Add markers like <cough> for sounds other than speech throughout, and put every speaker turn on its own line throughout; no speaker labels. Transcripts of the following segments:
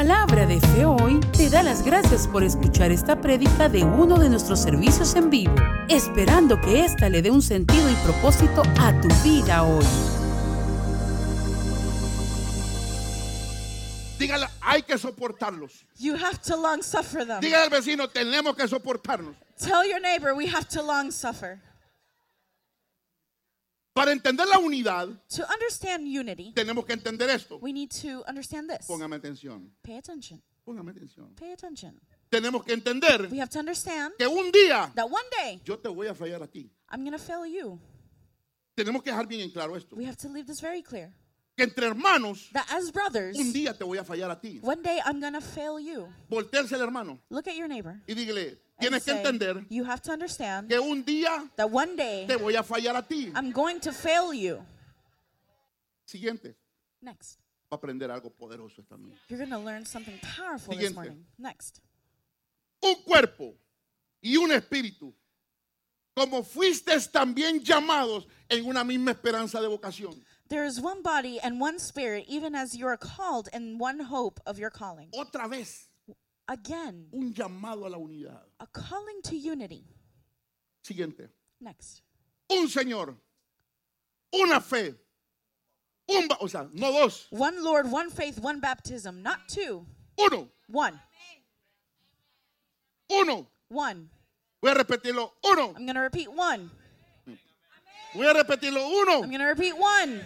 palabra de fe hoy te da las gracias por escuchar esta prédica de uno de nuestros servicios en vivo, esperando que ésta le dé un sentido y propósito a tu vida hoy.
Dígale, hay que soportarlos.
You have to long suffer them.
Dígale al vecino, tenemos que soportarnos.
Tell your neighbor we have to long suffer.
Para entender la unidad,
To understand unity,
tenemos que entender esto.
we need to understand this.
Póngame atención.
Pay attention.
Póngame atención.
Pay attention.
Tenemos que entender
We have to understand
que un día
that one day
yo te voy a fallar a ti.
I'm going to fail you.
Tenemos que dejar bien en claro esto.
We have to leave this very clear.
Que entre hermanos,
That as brothers,
un día te voy a fallar a ti.
one day I'm going to fail you.
Voltearse al hermano
Look at your neighbor.
y dígale,
and
tienes que
say,
entender
You have to understand
que un día
that one day
te voy a fallar a ti.
I'm going to fail you.
Siguiente,
Next.
va a aprender algo poderoso esta noche.
You're going to learn something powerful
Siguiente.
this morning. Next.
Un cuerpo y un espíritu, como fuisteis también llamados en una misma esperanza de vocación.
There is one body and one spirit, even as you are called in one hope of your calling.
Otra vez,
Again,
un llamado a la unidad.
a calling to unity.
Siguiente.
Next.
Un Señor, una fe, un, ba- o sea, no dos,
One Lord, one faith, one baptism. Not two.
uno,
One.
uno.
One.
Voy a repetirlo, uno.
I'm going to repeat one.
Voy a repetirlo,
I'm
uno.
going to repeat one.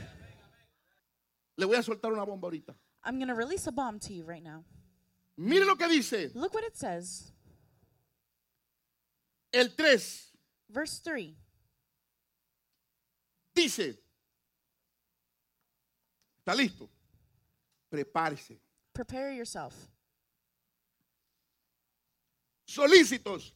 Le voy a soltar una bomba ahorita.
I'm going to release a bomb to you right now.
Mire lo que dice
Look what it says.
el 3.
Verse 3.
Dice, está listo. Prepárese.
Prepare yourself.
solícitos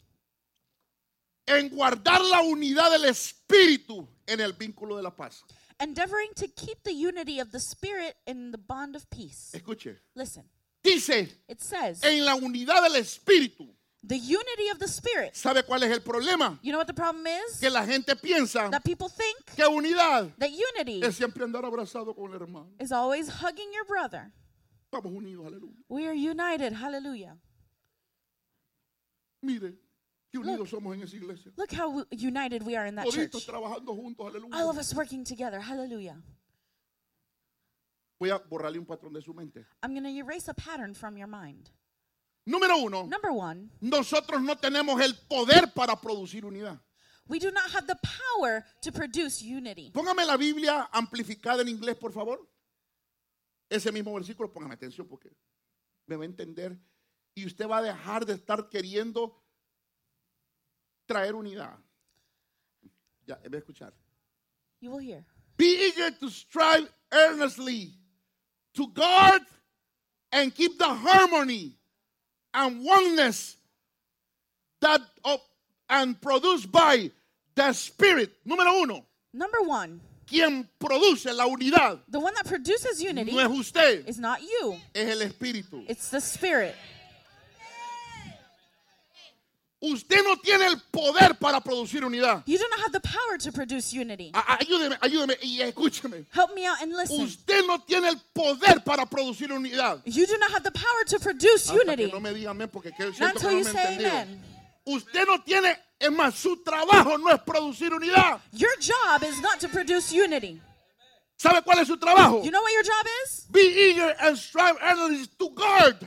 en guardar la unidad del espíritu en el vínculo de la paz.
Endeavoring to keep the unity of the spirit in the bond of peace.
Escuche,
Listen.
dice
It says,
en la unidad del espíritu.
the unity of the spirit.
¿Sabe cuál es el problema?
You know what the problem is?
Que la gente piensa
that people think
que unidad
that unity
es siempre andar abrazado con el hermano.
is always hugging your brother.
Estamos unidos, aleluya.
We are united. Hallelujah.
Mire, qué unidos somos en esa iglesia.
Look how w- united we are in that church.
Toditos trabajando juntos,
All
aleluya.
of us working together. Hallelujah.
Voy a borrarle un patrón de su mente.
I'm going to erase a pattern from your mind.
Número uno,
Number one,
nosotros no tenemos el poder para producir unidad.
we do not have the power to produce unity.
Póngame la Biblia amplificada en inglés, por favor. Ese mismo versículo, póngame atención porque me va a entender. Y usted va a dejar de estar queriendo traer unidad. Ya, voy a escuchar.
You will hear.
Be eager to strive earnestly to guard and keep the harmony and oneness that of, and produced by the Spirit. Número uno,
Number one,
quien produce la unidad
the one that produces unity
No es usted,
is not you,
es el Espíritu.
it's the Spirit.
Usted no tiene el poder para producir unidad.
You do not have the power to produce unity.
A- a- Ayúdeme, ayúdeme y escúcheme.
Help me out and listen.
Usted no tiene el poder para producir unidad.
You do not have the power to produce
Hasta que
unity.
no me diga amén porque que-
Not
siento que
until
no me
you say
entendió.
amen.
Usted no tiene, es más, su trabajo no es producir unidad.
Your job is not to produce unity.
¿Sabe cuál es su trabajo?
You know what your job is?
Be eager and strive earnestly to guard.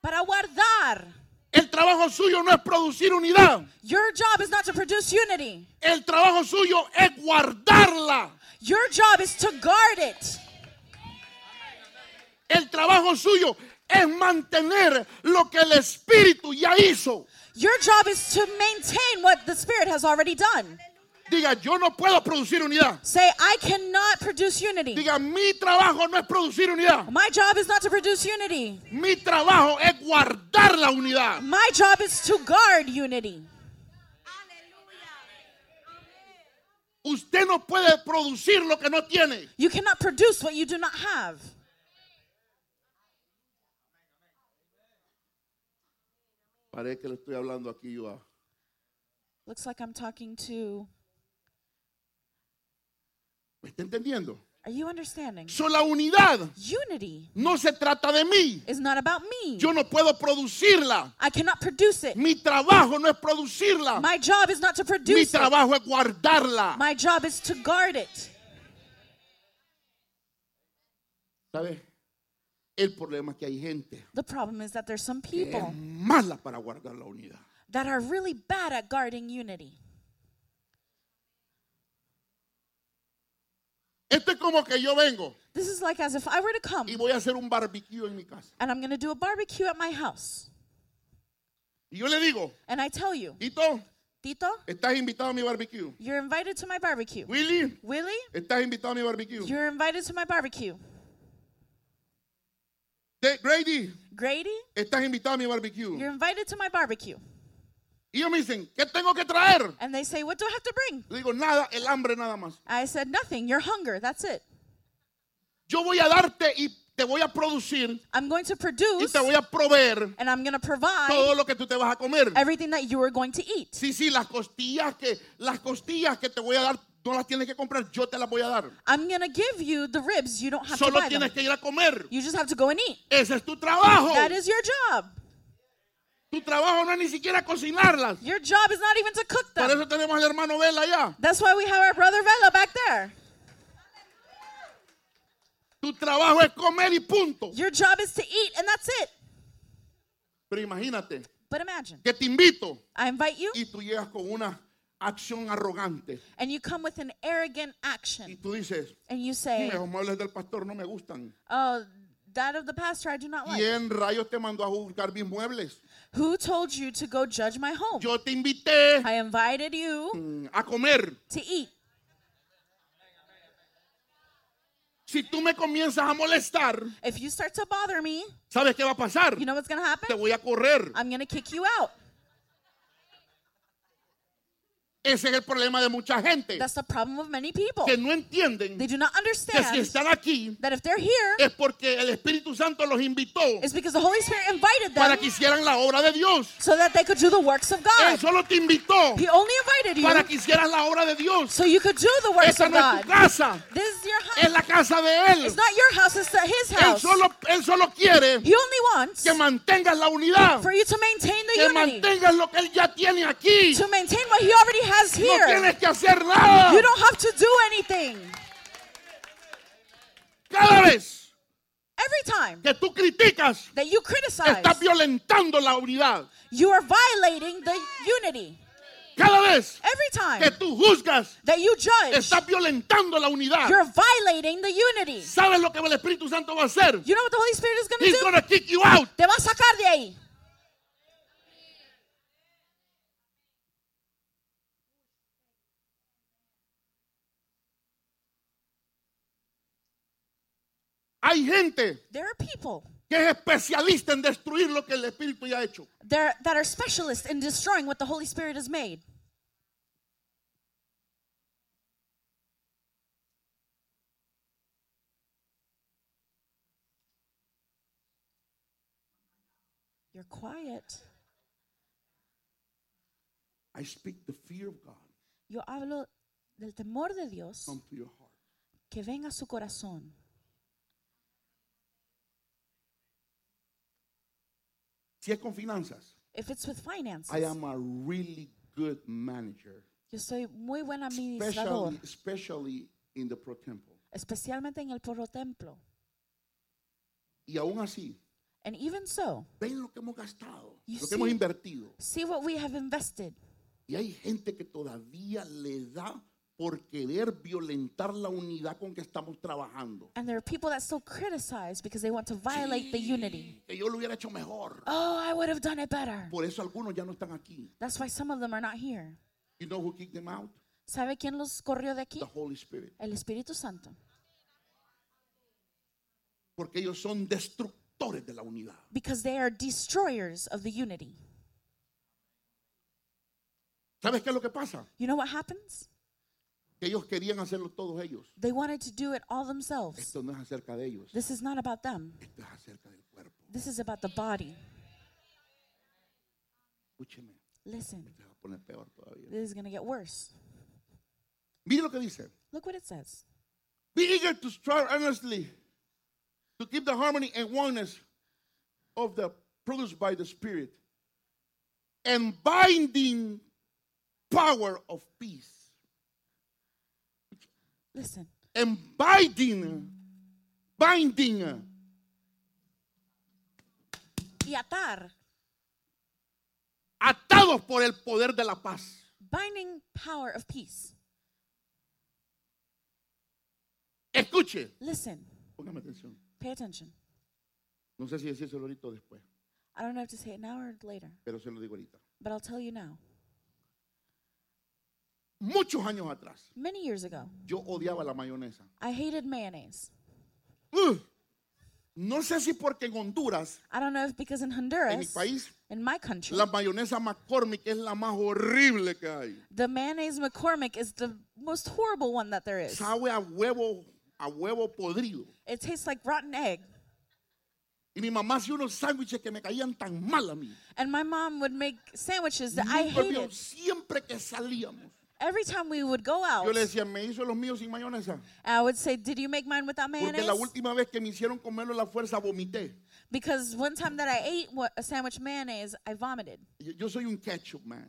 Para guardar.
El trabajo suyo no es producir unidad.
Your job is not to produce unity.
El trabajo suyo es guardarla.
Your job is to guard it.
El trabajo suyo es mantener lo que el Espíritu ya hizo.
Your job is to maintain what the Spirit has already done.
Diga, yo no puedo producir unidad.
Say, I cannot produce unity.
Diga, mi trabajo no es producir unidad.
My job is not to produce unity.
Mi trabajo es guardar la unidad.
My job is to guard unity.
Usted no puede producir lo que no tiene.
You cannot produce what you do not have.
Parece que le estoy hablando aquí yo a...
Looks like I'm talking to.
¿Me está entendiendo?
Are Are you understanding?
So, la unidad
Unity
no se trata de mí.
is not about me.
Yo no puedo producirla.
I cannot produce it.
Mi trabajo no es producirla.
My job is not to
Mi
produce it.
trabajo es guardarla.
My job is to guard it.
¿Sabes? El problema es que hay gente
The problem is that there's some
que es
people
mala para guardar la unidad.
that are really bad at guarding unity.
Esto es como que yo vengo
This is like as if I were to come
y voy a hacer un barbecue en mi casa.
and I'm going to do a barbecue at my house.
Y yo le digo,
And I tell you,
Tito,
Tito,
estás invitado a mi barbecue.
you're invited to my barbecue.
Willy,
Willie,
estás invitado a mi barbecue.
you're invited to my barbecue.
De- Grady,
Grady,
estás invitado a mi barbecue.
you're invited to my barbecue.
Y ellos me dicen, ¿qué tengo que traer?
And they say, What do I have to bring?
Le digo, nada, el hambre nada más.
I said, Nothing. Your hunger. That's it.
Yo voy a darte y te voy a producir
I'm going to
y
produce
te voy a proveer
and I'm going to provide
todo lo que tú te vas a comer.
everything that you are going to eat.
Sí, sí, las costillas que las costillas que te voy a dar no las tienes que comprar, yo te las voy a dar.
I'm going to give you the ribs. You don't have to
Solo
buy them.
tienes que Oh. ir a comer.
You just have to go and eat.
Ese es tu trabajo.
That is your job.
Tu trabajo no es ni siquiera cocinarlas.
Your job is not even to cook
Por
them.
eso tenemos al hermano Vela allá.
That's why we have our brother Vela back there.
Tu trabajo es comer y punto.
Your job is to eat and that's it.
Pero imagínate
But imagine,
que te invito
I invite you
y tú llegas con una acción arrogante
and you come with an arrogant
y
action
tú dices,
and you say,
los muebles del pastor no me gustan.
Oh, that of the pastor I do not like.
¿Quién rayos te mandó a juzgar mis muebles?
Who told you to go judge my home?
Yo te invité
I invited you
mm, a comer.
to eat.
Si tú me comienzas a molestar,
If you start to bother me,
¿sabes qué va a pasar?
you know what's going to
Te
happen?
voy a correr.
I'm going to kick you out.
Ese es el problema de mucha gente
That's the problem of many people.
que no entienden
They do not
que si
understand
están aquí
that if they're here,
es porque el Espíritu Santo los invitó
it's because the Holy Spirit invited
para
them
que hicieran la obra de Dios.
so that they could do the works of
Él
God.
solo te invitó
He only invited
para
you
que hicieras la obra de Dios.
so you could do the works
Esa
of
no es
God.
tu casa,
This is your
es
house.
la casa de Él.
It's not your house, it's the- his
Él
house.
solo, él solo quiere
He only wants
que mantengas la unidad,
for you to maintain the
que
unity,
mantengas lo que Él ya tiene aquí.
to maintain what he already has
No
here.
tienes que hacer nada.
You don't have to do anything.
Cada vez
Every time
que tú criticas,
that you criticize,
estás violentando la unidad.
you are violating the unity.
Cada vez
Every
que
time
tú juzgas,
that you judge,
estás violentando la unidad.
you're violating the unity.
¿Sabes lo que el Espíritu Santo va a hacer?
You know what the Holy Spirit is going
He's
to do?
gonna kick you out.
Te va a sacar de ahí.
Hay gente
There are people
que es especialista en destruir lo que el Espíritu ya ha hecho.
there that are specialists in destroying what the Holy Spirit has made. You're quiet.
I speak the fear of God
Yo hablo del temor de Dios
come to your heart.
que venga a su corazón.
Si es con finanzas,
If it's with finances,
I am a really good manager,
yo soy muy buen administrador,
especially, especially in the pro temple.
especialmente en el puro templo.
Y aún así,
And even so,
ven lo que hemos gastado,
You
lo que
see-
hemos invertido.
see what we have invested.
Y hay gente que todavía le da por querer violentar la unidad con que estamos trabajando.
And there are people that still criticize because they want to violate the unity.
Que yo lo hubiera hecho mejor.
Oh, I would have done it better.
Por eso algunos ya no están aquí.
That's why some of them are not here.
You know who kicked them out?
¿Sabe quién los corrió de aquí?
The Holy Spirit.
El Espíritu Santo.
Porque ellos son destructores de la unidad.
Because they are destroyers of the unity.
¿Sabes qué es lo que pasa?
You know what happens?
Que ellos querían hacerlo todos ellos.
They wanted to do it all themselves.
Esto no es acerca de ellos.
This is not about them.
Esto es acerca del cuerpo.
This is about the body.
Escúcheme.
Listen,
Se va a poner peor todavía.
this is going to get worse.
Mire lo que dice.
Look what it says.
Be eager to strive earnestly to keep the harmony and oneness of the produced by the Spirit and binding power of peace.
Listen,
And binding, binding
y atar,
atados por el poder de la paz.
binding power of peace.
Escuche,
Listen,
póngame atención.
pay attention.
No sé si decírselo ahorita o después,
I don't know if to say it now or later,
pero se lo digo ahorita.
but I'll tell you now.
Muchos años atrás,
Many years ago,
yo odiaba la mayonesa.
I hated mayonnaise.
¡Ugh! No sé si porque en Honduras,
I don't know if because in
en mi
Honduras,
país,
in my country,
la mayonesa McCormick es la más horrible que hay.
the mayonnaise McCormick is the most horrible one that there is.
Sabe a huevo, a huevo podrido.
It tastes like rotten egg.
Y mi mamá hacía unos sándwiches que me caían tan mal a mí.
And my mom would make sandwiches that I
Nunca olvido,
hated.
siempre que salíamos.
Every time we would go out,
Yo le decía, me hizo los míos sin mayonesa.
I would say, Did you make mine without
Porque
mayonnaise?
la última vez que me hicieron comerlo a la fuerza vomité.
Because one time that I ate wa- a sandwich mayonnaise, I vomited.
Yo yo soy un ketchup man.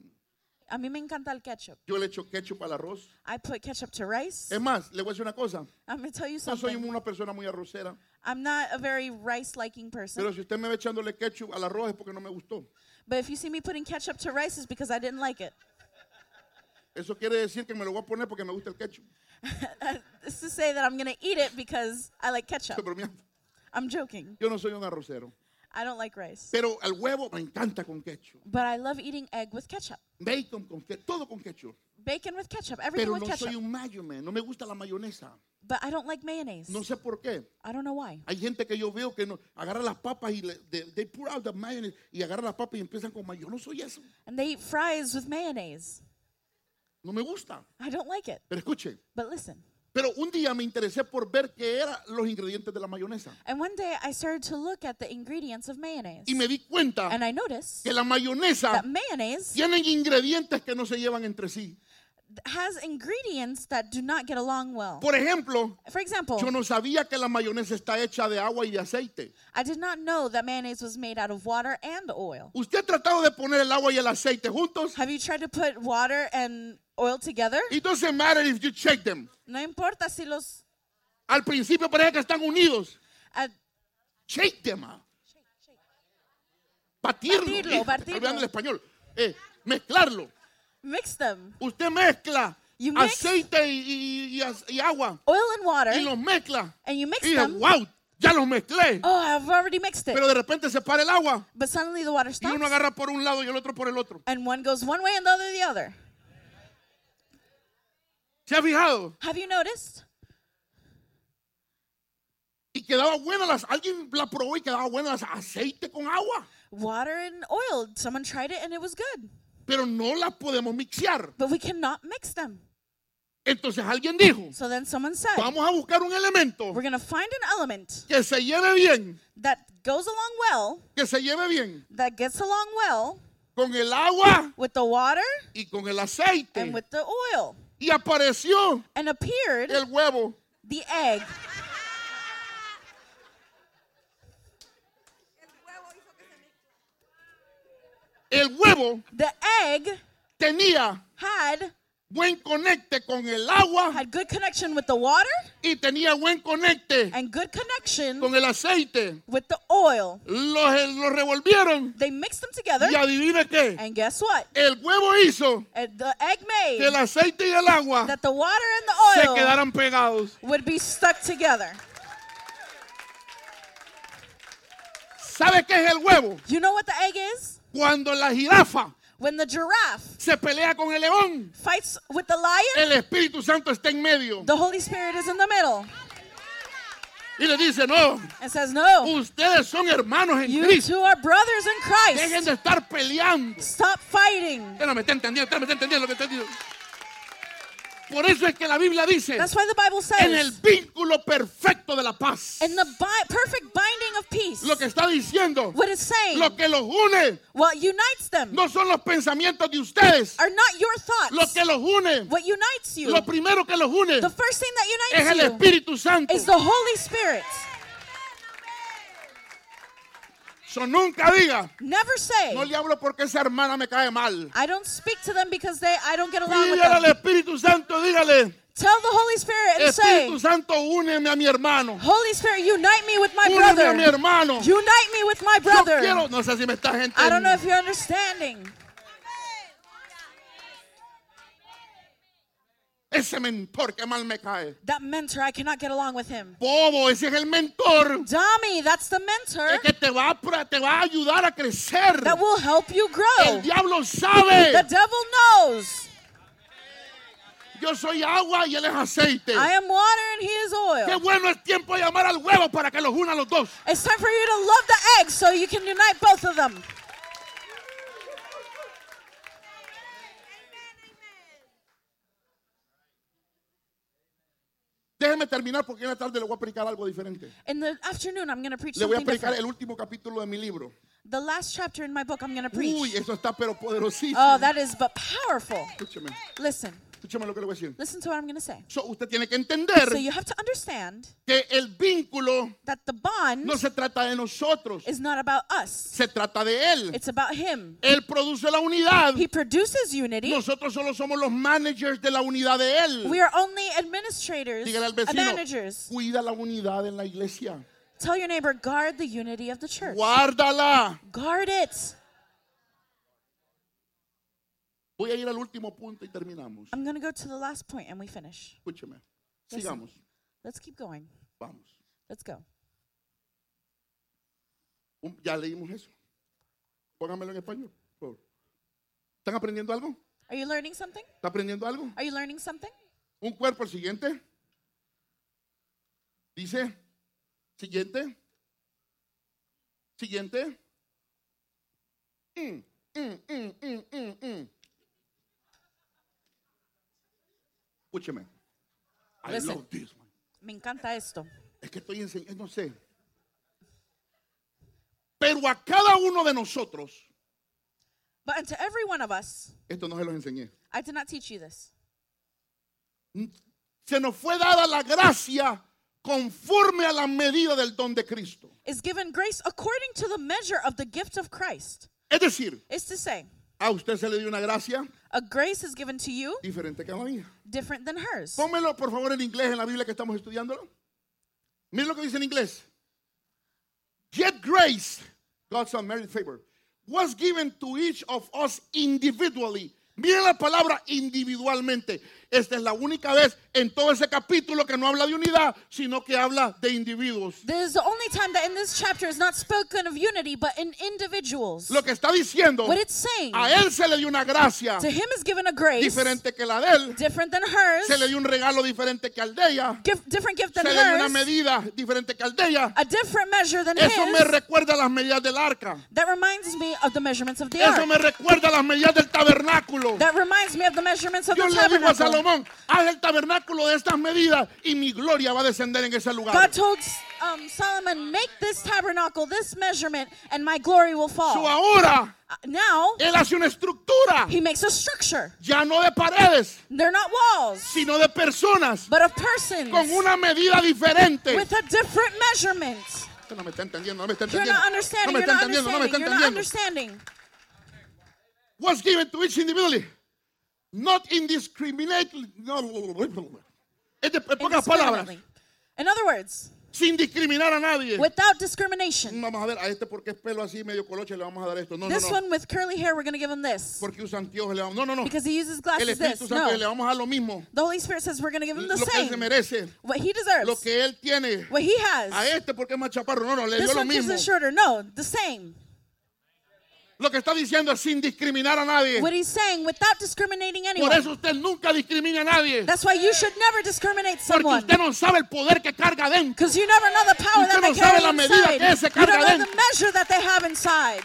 A mí me encanta el ketchup.
Yo le echo ketchup al arroz.
I put ketchup to rice.
Es más, le voy a decir una cosa.
I'm going to tell you
No soy
something.
una persona muy arrocera.
I'm not a very rice liking
Pero
person.
si usted me ve echándole ketchup al arroz es porque no me gustó.
But if you see me putting ketchup to rice, it's because I didn't like it.
Eso quiere decir que me lo voy a poner porque me gusta el ketchup. <laughs>
It's to say that I'm going to eat it because I like
Estoy
ketchup.
bromeando.
I'm joking.
Yo no soy un arrocero.
I don't like rice.
Pero al huevo me encanta con ketchup.
But I love eating egg with ketchup,
Bacon con ketchup. Todo con ketchup.
bacon with ketchup, everything
Pero
with
no soy
ketchup.
un mayo, man. No me gusta la mayonesa.
But I don't like mayonnaise.
No sé por qué.
I don't know why.
Hay gente que yo veo que no, agarra las papas y le, they, they pour out the mayonnaise y agarra las papas y empiezan con mayo. Yo no soy eso.
And they eat fries with mayonnaise.
No me gusta.
I don't like it.
Pero escuche.
But listen.
Pero un día me interesé por ver qué eran los ingredientes de la mayonesa.
And one day I started to look at the ingredients of mayonnaise.
Y me di cuenta
And I noticed
que la mayonesa
that mayonnaise
tienen ingredientes que no se llevan entre sí.
has ingredients that do not get along well.
Por ejemplo,
For example,
yo no sabía que la mayonesa está hecha de agua y de aceite.
I did not know that mayonnaise was made out of water and oil.
¿Usted ha tratado de poner el agua y el aceite juntos?
Have you tried to put water and oil together?
It doesn't matter if you check them.
No importa si los uh,
Al principio parece que están unidos.
at-
Shake them out. Batirlo.
Batirlo,
Hijo,
batirlo.
Hablando en español. Eh, mezclarlo.
mix them.
Usted mezcla
You mix-
aceite y, y- y as- y agua.
Oil and water
Y los mezcla.
and you mix
Y dice,
them.
wow, ya los mezclé.
Oh, I've already mixed it.
Pero de repente se para el agua.
But suddenly the water
Y uno
stops
agarra por un lado y el otro por el otro.
and one goes one way and the other the other.
¿Se ha fijado?
Have you noticed?
Y quedaba buena las. Alguien la probó y quedaba buena las aceite con agua.
Water and oil. Someone tried it and it was good.
Pero no las podemos mixear.
But we cannot mix them.
Entonces alguien dijo:
So then someone said,
Vamos a buscar un elemento
We're going to find an element
que se lleve bien.
that goes along well,
Que se lleve bien.
that gets along well
Con el agua
with the water
y con el
and
aceite.
with the oil.
Y apareció
And appeared
el huevo.
the egg.
El huevo
The egg
tenía
had
buen conecte con el agua
had good connection with the water
y tenía buen conecte
and good connection
con el aceite.
with the oil.
Los, eh, los revolvieron
They mixed them together
y adivine qué.
and guess what?
El huevo hizo
And The egg
que el
made
aceite y el agua
that the water
se
and the oil
quedaran pegados.
would be stuck together.
¿Sabe qué es el huevo?
You know what the egg is?
Cuando la jirafa
When the giraffe
se pelea con el león,
fights with the lion,
el Espíritu Santo está en medio
the Holy Spirit is in the middle
y le dice, no,
and says,
Oh,
No,
ustedes son hermanos en
you
Cristo.
two are brothers in
Dejen
Christ.
de estar peleando.
Stop fighting.
Usted no me está entendiendo, usted no me está entendiendo lo que estoy diciendo. Por eso es que la Biblia dice,
That's why the Bible
en el
says,
vínculo perfecto de la paz,
in the bi- perfect binding of peace,
lo que está diciendo,
what it's saying,
lo que los une
what unites them
no son los pensamientos de ustedes,
are not your
lo
thoughts.
que los une,
What unites you,
lo primero que los une
the first thing that
es el
unites you,
Espíritu Santo.
is the Holy Spirit.
So, nunca diga,
Never
no
say,
le hablo porque esa hermana me cae mal.
I don't speak to them because they I don't get along with
Pídale al
them.
Espíritu Santo, dígale,
Tell the Holy Spirit and say,
Espíritu Santo, úneme a mi hermano.
Holy Spirit, unite me with my
Úneme a
brother.
mi hermano. Yo
Unite me with my brother.
quiero, no sé si me está gente.
I don't know if you're understanding.
Ese mentor que mal me cae.
That mentor, I cannot get along with him.
Bobo, ese es el mentor.
Dummy, that's the mentor
El que te va, a, pra- te va a ayudar a crecer.
that will help you
El
grow.
diablo
The
sabe.
devil knows.
Yo soy agua y él es aceite.
I am water and he is
Qué
oil.
bueno es tiempo de llamar al huevo para que los una los dos.
It's time for you to love the egg so you can unite both of them.
Déjeme terminar porque en la tarde le voy a predicar algo diferente.
In the afternoon, I'm going to preach
Le voy a
something
predicar
different.
el último capítulo de mi libro.
The last chapter in my book, I'm going to
Uy,
preach.
eso está pero poderosísimo.
Oh, that is but powerful.
Escúcheme,
Listen,
escúcheme lo que le voy a decir.
listen to what I'm going to say.
So, usted tiene que entender
So you have to understand
que el vínculo
that the bond
no se trata de nosotros,
is not about us.
se trata de él.
It's about him.
Él produce la unidad.
He produces unity.
Nosotros solo somos los managers de la unidad de
We
él.
are only administrators
Dígale al
and
vecino,
managers.
cuida la unidad en la iglesia.
Tell your neighbor, guard the unity of the church.
Guárdala.
Guard it.
Voy a ir al último punto y terminamos.
I'm going to go to the last point and we finish.
Escúcheme.
Listen.
Sigamos.
Let's keep going.
Vamos.
Let's go.
Un- Ya leímos eso. Póngamelo en español, por favor. ¿Están aprendiendo algo?
Are you learning something?
¿Está aprendiendo algo?
Are you learning something?
Un cuerpo, el siguiente. Dice, siguiente. Siguiente. Mm, mm, mm, mm, mm, mm. Escúcheme. I
Listen.
love this one.
Me encanta esto.
Es que estoy enseñando, no sé. Pero a cada uno de nosotros,
But unto every one of us,
esto no se los enseñé.
I did not teach you this.
Se nos fue dada la gracia conforme a la medida del don de Cristo.
Is given grace according to the measure of the gift of Christ.
Es decir,
Is to say,
a usted se le dio una gracia
a grace is given to you
diferente que a la mía.
different than hers.
Pónmelo por favor en inglés en la Biblia que estamos estudiándolo. Miren lo que dice en inglés. Yet grace, God's unmerited favor, was given to each of us individually. Miren la palabra individualmente. Esta es la única vez en todo ese capítulo que no habla de unidad, sino que habla de individuos.
This is the only time that in this chapter is not spoken of unity, but in individuals.
Lo que está diciendo,
What it's saying,
a él se le dio una gracia
to him is given a grace
diferente que la de él.
different than hers,
Se le dio un regalo diferente que al de ella.
gif- different gift
Se
than
le dio una
hers,
medida diferente que al de ella.
a different measure than
Eso me
his.
recuerda a las medidas del arca.
That reminds me of the measurements of the
Eso
ark.
me recuerda a las medidas del tabernáculo.
That reminds me of the measurements of the
Dios le dijo a
tabernacle.
Salomón, haz el tabernáculo de estas medidas y mi gloria va a descender en ese lugar.
God told um, Solomon, make this tabernacle, this measurement, and my glory will
So
fall.
ahora,
Uh, Now,
él hace una estructura,
he makes a structure.
ya no de paredes,
They're not walls,
sino de personas,
but of persons
con una medida diferente.
with a different measurement.
Usted No me está entendiendo, no me está
You're
entendiendo.
not
No
understanding.
me
You're
está
not
entendiendo, no me está
understanding. You're
entendiendo.
not understanding.
was given to each individually, not indiscriminately. No, es de- en pocas palabras,
Indiscriminately. In other words,
sin discriminar a nadie.
without discrimination.
Vamos a ver a este porque es pelo así medio coloche le vamos a dar esto. No, no,
This
no.
one with curly hair, we're going to give him this
Porque usa anteojos le vamos. No, no, no.
because he uses
El
glasses.
Espíritu
This
Santo le
no.
vamos a dar lo mismo,
The Holy Spirit says we're going to give him
lo
the
que él se
same.
merece,
What
lo
he deserves.
que él tiene.
What he
A
has.
este porque es más chaparro, no, no, le dio
This
lo
one gives
mismo.
it shorter. No, the same.
Lo que está diciendo es sin discriminar a nadie.
What he's saying without discriminating
Por eso
anyone.
usted nunca discrimina a nadie,
That's why you should never discriminate
porque
someone.
usted no sabe el poder que carga dentro.
Because you never know the power
Usted
that
no
they
sabe
carry
la medida que se
inside. You
carga
don't know the
dentro.
measure that they have inside.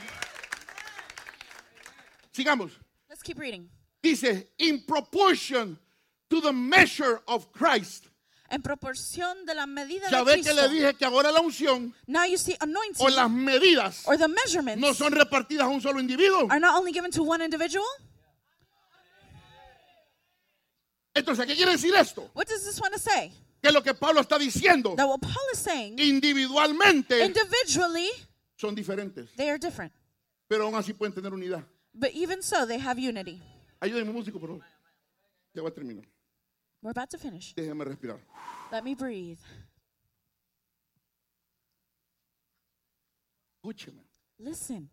Sigamos.
Let's keep reading.
Dice, in proportion to the measure of Christ.
en proporción de la medida
Ya
de
ve que
Cristo.
le dije que ahora la unción
Now you see
o
anointing
las medidas
or the measurements
no son repartidas a un solo individuo.
are not only given to one individual.
Entonces, ¿qué quiere decir esto?
What does this want to say?
Que lo que Pablo está diciendo
That what Paul is saying,
individualmente
individually,
son diferentes,
they are different.
pero aún así pueden tener unidad.
But even so, they have unity.
Ayúdenme, músico, por favor. Ya voy a terminar.
We're about to finish.
Déjenme respirar.
Let me breathe.
Escúcheme.
Listen.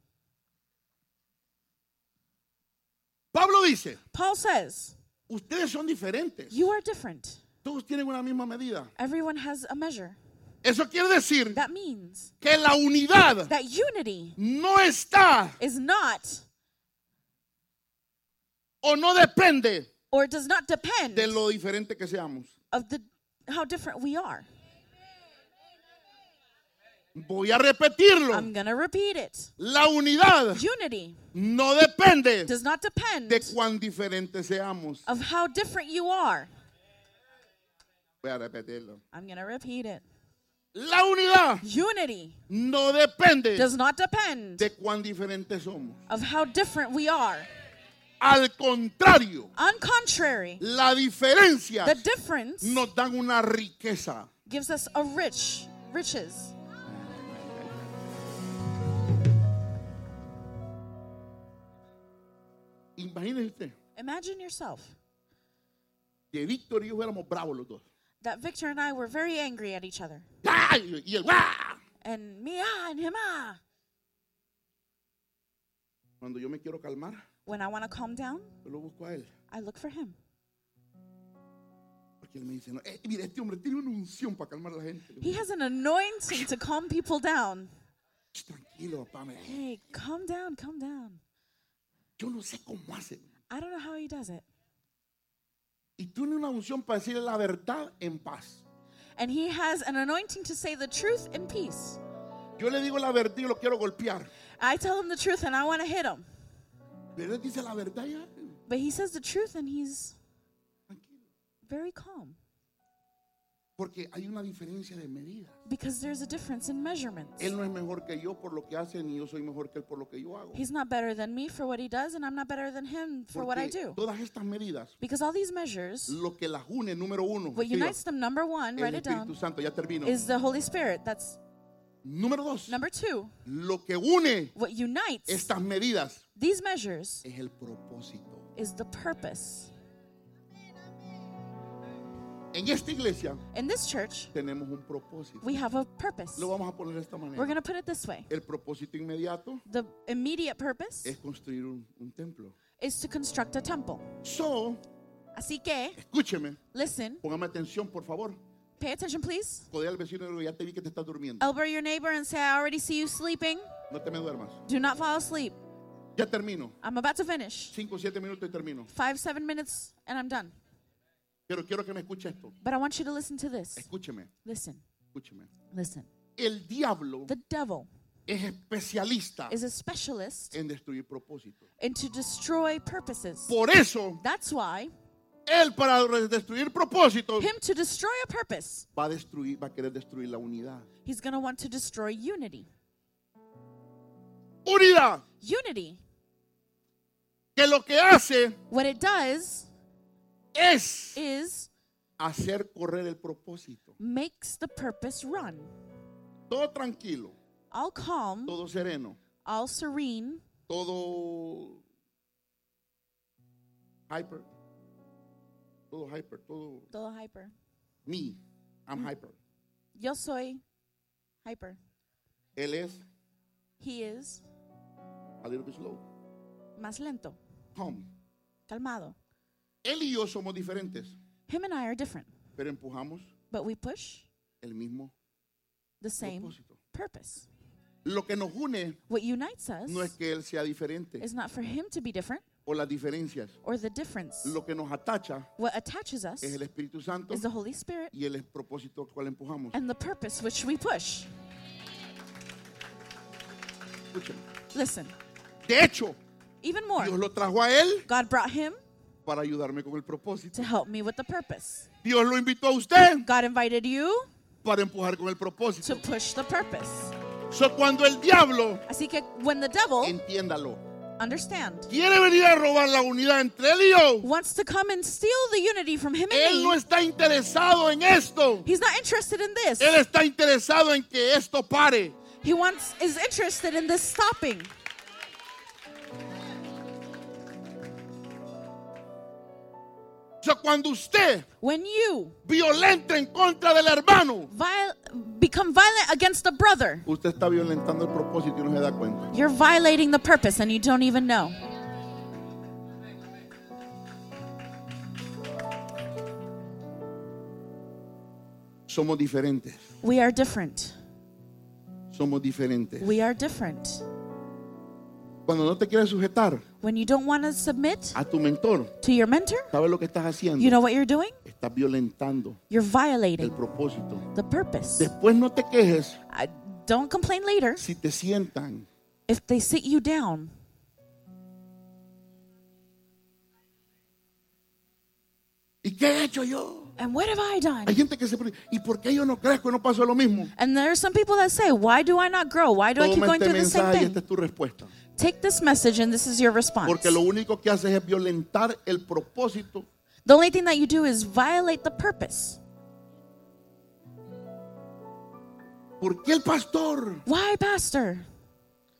Pablo dice,
Paul says,
ustedes son diferentes.
You are different.
Todos tienen una misma medida.
Everyone has a measure.
Eso quiere decir
That means
que la unidad
that unity
no está
is not
o no depende
or does not depend
de lo diferente que seamos.
of the how different we are.
Voy a repetirlo.
I'm going to repeat it.
La unidad
Unity
no depende
does not depend
de cuán diferentes seamos.
of how different you are.
Voy a repetirlo.
I'm going to repeat it.
La unidad
Unity
no depende
does not depend
de cuán diferentes somos.
of how different we are.
Al contrario,
On contrary,
la diferencia
the difference
nos dan una riqueza.
gives us a rich riches.
Imagínese usted
Imagine yourself
que Víctor y yo éramos bravos los dos.
that Victor and I were very angry at each other.
¡Ah! Y el ¡ah!
And me ah and him ah.
Cuando yo me quiero calmar,
When I want to calm down,
yo lo busco a él.
I look for him.
Porque él me dice, no, eh, mira, este hombre tiene una unción para calmar a la gente.
He has an anointing to calm people down.
Ch, Tranquilo, papá. me-
Hey, calm down, calm down.
Yo no sé cómo hace.
I don't know how he does it.
Y tiene una unción para decirle la verdad en paz.
And he has an anointing to say the truth in peace.
Yo le digo la verdad y lo quiero golpear.
I tell him the truth and I want to hit him.
Pero él dice la verdad ya.
But he says the truth and he's
Tranquilo.
very calm
Porque hay una diferencia de medida.
because there's a difference in measurements.
Él no es mejor que yo por lo que hace, ni yo soy mejor que él por lo que yo hago.
He's not better than me for what he does, and I'm not better than him for what I
Porque
do.
Todas estas medidas,
Because all these measures,
lo que las une, número uno,
what
escriba,
unites them, number one,
el
write it
Espíritu
down,
Santo, ya termino.
is the Holy Spirit. That's
Número dos,
number two.
lo que une
What unites
estas medidas
these measures
es el propósito.
is the purpose.
En esta iglesia
In this church,
tenemos un propósito.
we have a purpose.
Lo vamos a poner de esta
We're going
manera.
to put it this way
El propósito inmediato
the immediate purpose
es construir un, un templo.
is to construct a temple.
So,
Así que,
escúcheme,
listen,
póngame atención, por favor.
pay attention, please.
Codea al vecino y le digo, ya te vi que te estás durmiendo.
Elbow your neighbor and say, I already see you sleeping.
No te me duermas.
Do not fall asleep.
Ya termino.
I'm about to finish.
Cinco, siete minutos y termino.
Five, seven minutes, and I'm done.
Pero quiero que me escuche esto.
But I want you to listen to this.
Escúcheme,
Listen,
escúcheme.
listen.
El diablo
The devil
es especialista
is a specialist
en destruir propósitos.
and to destroy purposes.
Por eso,
That's why
él para re- destruir propósitos
him to destroy a purpose,
va a destruir, va a querer destruir la unidad.
he's going to want to destroy unity.
Unidad
Unity,
que lo que hace
what it does
es
is
hacer correr el propósito.
makes the purpose run.
Todo tranquilo,
All calm,
todo sereno,
all serene,
todo hyper, todo hyper, todo
todo hyper.
me, I'm hyper.
Yo soy hyper.
Él es
He is
a little bit slow,
más lento,
calm.
calmado.
Él y yo somos diferentes,
Him and I are different,
pero empujamos
but we push
el mismo
the same
propósito.
purpose.
Lo que nos une
What unites us
no es que él sea diferente
is not for him to be different
o las diferencias.
or the difference.
Lo que nos atacha
What attaches us
es el Espíritu Santo
is the Holy Spirit
y el propósito al cual empujamos.
and the purpose which we push.
Escúchame.
Listen,
De hecho,
even more,
Dios lo trajo a él
God brought him
para ayudarme con el propósito.
to help me with the purpose.
Dios lo invitó a usted
God invited you
para empujar con el propósito.
to push the purpose.
So, cuando el diablo,
Así que when the devil,
entiéndalo,
understand,
quiere venir a robar la unidad entre él y yo,
wants to come and steal the unity from him and
él no
me,
está interesado en esto.
he's not interested in this.
Él está interesado en que esto pare.
He wants is interested in this stopping.
So, cuando usted
When you
violenta en contra del hermano,
viol- become violent against a brother,
usted está violentando el propósito y no se da cuenta.
you're violating the purpose and you don't even know.
Somos diferentes.
We are different.
Somos diferentes.
We are different.
Cuando no te quieres sujetar
When you don't want to submit
a tu mentor,
to your mentor,
¿sabes lo que estás haciendo?
you know what you're doing?
Estás violentando
You're
el
violating
propósito.
the purpose.
Después no te quejes
I, don't complain later
si te sientan.
if they sit you down.
¿Y qué he hecho yo?
And what have I done?
Hay gente que se pregunta, ¿y por qué yo no crezco y no paso lo mismo?
And there are some people that say, Why do I not grow? Why do I keep
Toma
going
este
through the same
mensaje y esta
thing?
es tu respuesta.
Take this message and this is your response.
Porque lo único que haces es violentar el propósito
The only thing that you do is violate the purpose.
¿Por qué el pastor?
Why, Pastor?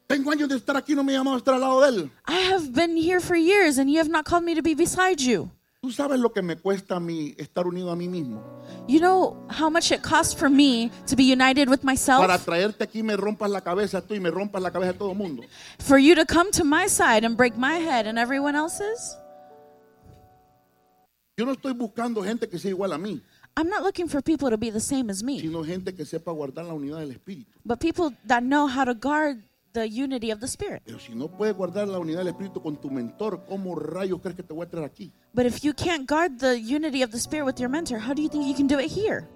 Tengo años de estar aquí, no me he llamado a estar al lado de él.
I have been here for years and you have not called me to be beside you.
Tú sabes lo que me cuesta a mí estar unido a mí mismo.
You know how much it costs for me to be united with
Para
myself?
traerte aquí me rompas la cabeza tú y me rompas la cabeza a todo el mundo.
For you to come to my side and break my head and everyone else's?
Yo no estoy buscando gente que sea igual a mí,
I'm not looking for people to be the same as me.
sino gente que sepa guardar la unidad del espíritu.
But people that know how to guard the unity of the Spirit.
Pero si no puedes guardar la unidad del espíritu con tu mentor, ¿cómo rayos crees que te voy a traer aquí?
But if you can't guard the unity of the Spirit with your mentor, how do you think you can do it here?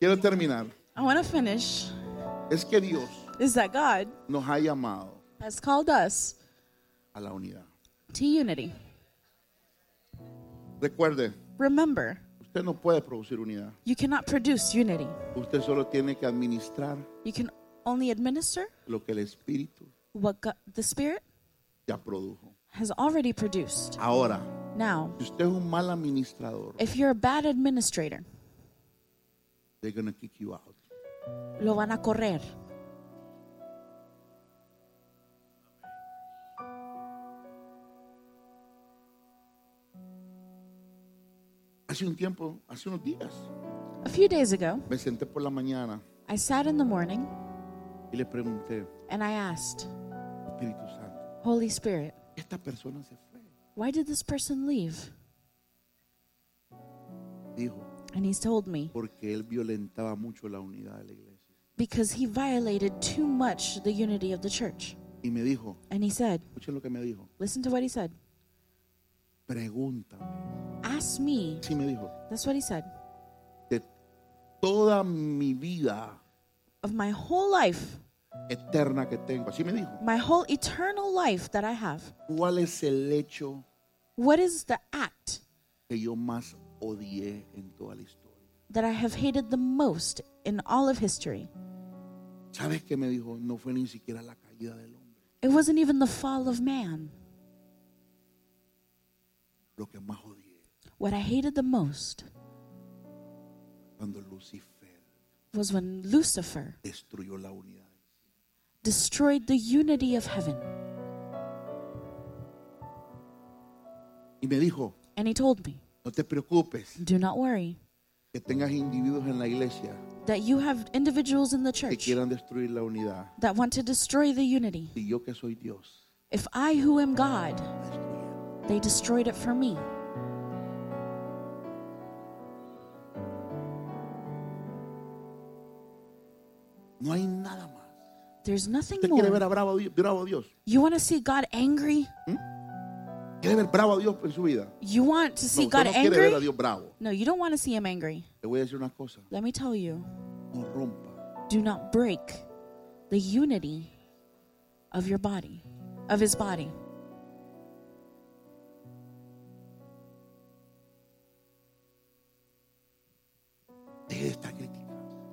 Quiero terminar.
I want to finish.
Es que Dios
Is that God
nos ha llamado
has called us
a la unidad.
to unity.
Recuerde,
Remember,
usted no puede producir unidad.
you cannot produce unity,
Usted solo tiene que administrar
you can only administer
lo que el espíritu
what God, the Spirit
ya produjo.
has already produced.
Ahora,
Now,
si usted es un mal administrador,
if you're a bad administrator,
they're gonna kick you out.
lo van a correr.
Hace un tiempo, hace unos días,
A few days ago,
me senté por la mañana
I sat in the morning
y le pregunté,
and I asked,
Espíritu Santo,
Holy Spirit,
esta persona se fue.
why did this person leave?
Dijo,
And he's told me,
porque él violentaba mucho la unidad de la iglesia.
because he violated too much the unity of the church.
Y me dijo,
And he said,
escuchen lo que me dijo,
listen to what he said.
pregúntame.
Ask me.
Sí me dijo,
That's what he said.
de toda mi vida
Of my whole life,
eterna que tengo. Así me dijo,
my whole eternal life that I have,
¿cuál es el hecho
what is the act
que yo más odié en toda la historia?
that I have hated the most in all of history?
¿Sabes qué me dijo? No fue ni siquiera la caída del hombre.
It wasn't even the fall of man.
Lo que más odié
What I hated the most
cuando Lucifer
was when Lucifer
destruyó la unidad.
destroyed the unity of heaven.
Y me dijo,
And he told me,
no te preocupes
do not worry
que tengas individuos en la iglesia
that you have individuals in the
que
church
quieran destruir la unidad.
that want to destroy the unity.
Y yo que soy Dios,
If I, who am God,
la destruyeron.
they destroyed it for me.
No hay nada más.
There's nothing
¿Usted quiere ver
more.
a bravo, Di- bravo Dios?
You want to see God angry?
¿Quiere ver bravo a Dios en su vida?
You want to
No,
see
usted
God
no quiere ver a
angry?
Dios bravo.
No, you don't want to see Him angry.
Le voy a decir una cosa,
Let me tell you
no rompa
do not break the unity of your body, of His body.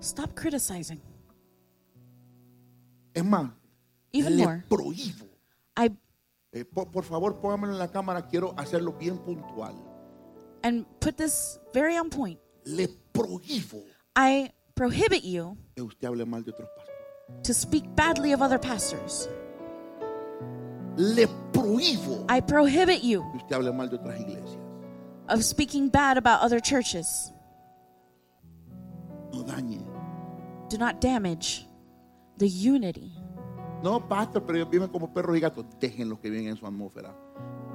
Stop criticizing.
Es más,
Even
le
more.
prohíbo.
I
Eh, po- por, favor, póngamelo en la cámara. Quiero hacerlo bien puntual.
and put this very on point.
Le prohíbo
I prohibit you
que usted hable mal de otros pastores.
to speak badly of other pastors.
Le prohíbo
I prohibit you
que usted hable mal de otras iglesias.
of speaking bad about other churches.
No dañe.
Do not damage the unity.
No, pastor, pero ellos viven como perros y gatos. Déjenlos que viven en su atmósfera.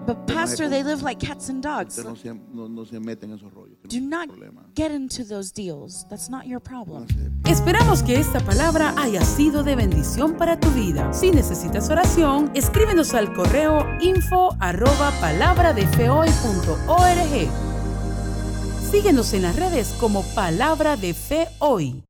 But pastor, they live like cats and dogs.
Usted no se, no, no se meten en esos rollos. que
Do
no
not
es su problema.
get into those deals. That's not your problem.
Entonces,
Esperamos que esta palabra haya sido de bendición para tu vida. Si necesitas oración, escríbenos al correo info arroba palabradefehoy.org. Síguenos en las redes como Palabra de Fe Hoy.